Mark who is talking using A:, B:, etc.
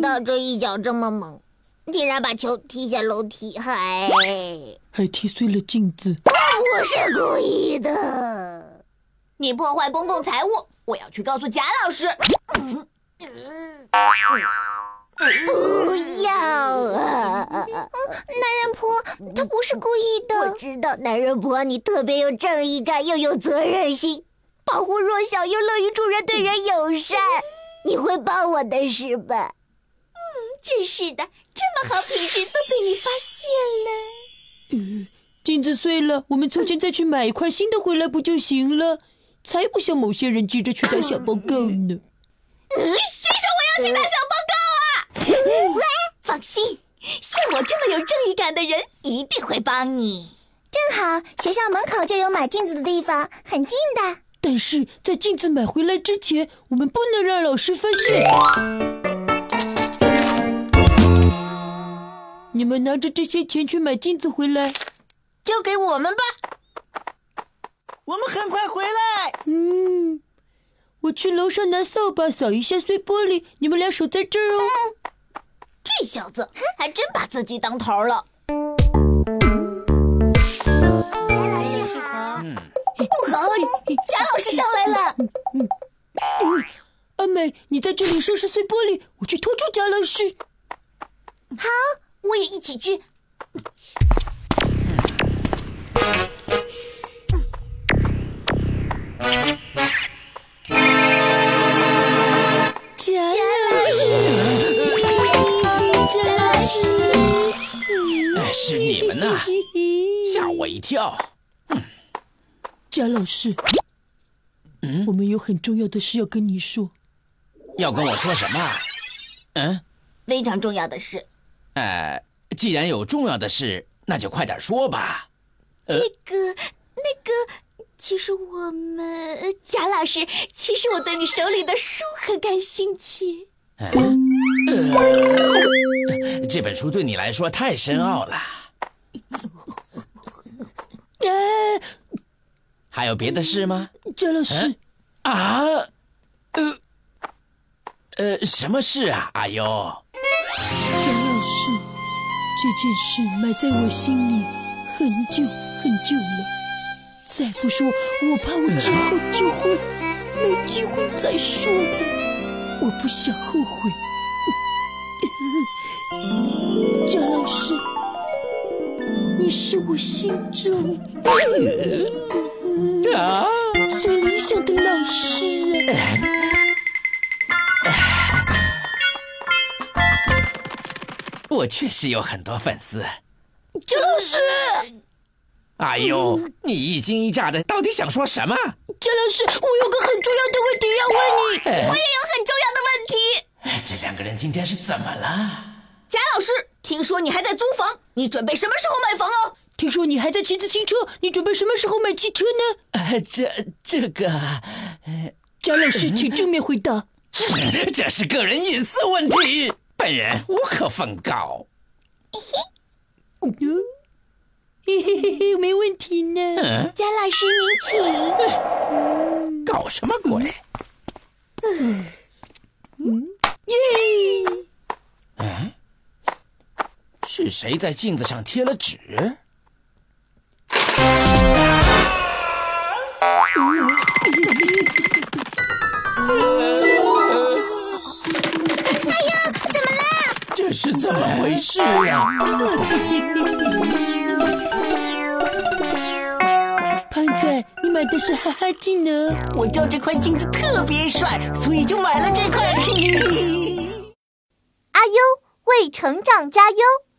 A: 到这一脚这么猛，竟然把球踢下楼梯，嗨！
B: 还踢碎了镜子。
A: 不是故意的。
C: 你破坏公共财物，我要去告诉贾老师。
A: 不要啊！男人婆，她不是故意的。我知道男人婆你特别有正义感，又有责任心，保护弱小又乐于助人，对人友善。你会帮我的是吧？
C: 真是的，这么好品质都被你发现了。
B: 镜子碎了，我们从前再去买一块新的回来不就行了？才不像某些人急着去打小报告呢。
C: 谁呃说我要去打小报告啊？放心，像我这么有正义感的人，一定会帮你。
A: 正好学校门口就有买镜子的地方，很近的。
B: 但是在镜子买回来之前，我们不能让老师发现。你们拿着这些钱去买镜子回来，
D: 交给我们吧，我们很快回来。
B: 嗯我去楼上拿扫把扫一下碎玻璃，你们俩守在这儿哦。
C: 这小子还真把自己当头了。贾老师好，不好，贾老师上来了。
B: 哎阿美，你在这里收拾碎玻璃，我去拖住贾老师。
C: 我也一起去。
B: 贾老
E: 嗯
B: 师，贾老师，
E: 哎是你们呐，吓我一跳。
B: 贾老师，我们有很重要的事要跟你说。
E: 要跟我说什么？嗯，
C: 非常重要的事，
E: 呃，既然有重要的事，那就快点说吧。
C: 呃哥，那个，其实我们呃贾老师，其实我对你手里的书很感兴趣。
E: 这本书对你来说太深奥了，
B: 哎，
E: 还有别的事吗？
B: 贾老师，
E: 啊，呃，呃，什么事啊？哎呦，
B: 贾老师，这件事埋在我心里很久很久了。再不说，我怕我之后就会没机会再说了。我不想后悔。 贾老师，你是我心中
E: 啊，
B: 最理想的老师啊！
E: 我确实有很多粉丝。
B: 贾老师，
E: 哎呦，你一惊一乍的，到底想说什么？
B: 贾老师，我有个很重要的问题要问你。
E: 哎
C: 很重要的问题，
E: 哎这两个人今天是怎么了？
C: 贾老师，听说你还在租房，你准备什么时候买房哦？
B: 听说你还在骑自行车，你准备什么时候买汽车呢？
E: 呃，这这个，
B: 贾老师，请正面回答。
E: 这是个人隐私问题，本人无可奉告。
B: 嘿嘿嘿嘿，没问题呢。
E: 嗯，
C: 贾老师，您请。
E: 搞什么鬼？
B: 耶！
E: 是谁在镜子上贴了纸？哎哎呦，怎么了？这是怎么回事呀、
B: 胖子，你买的是哈哈镜呢？
D: 我照这块镜子特别帅，所以就买了这块。嘿嘿嘿
F: 阿优为成长加油。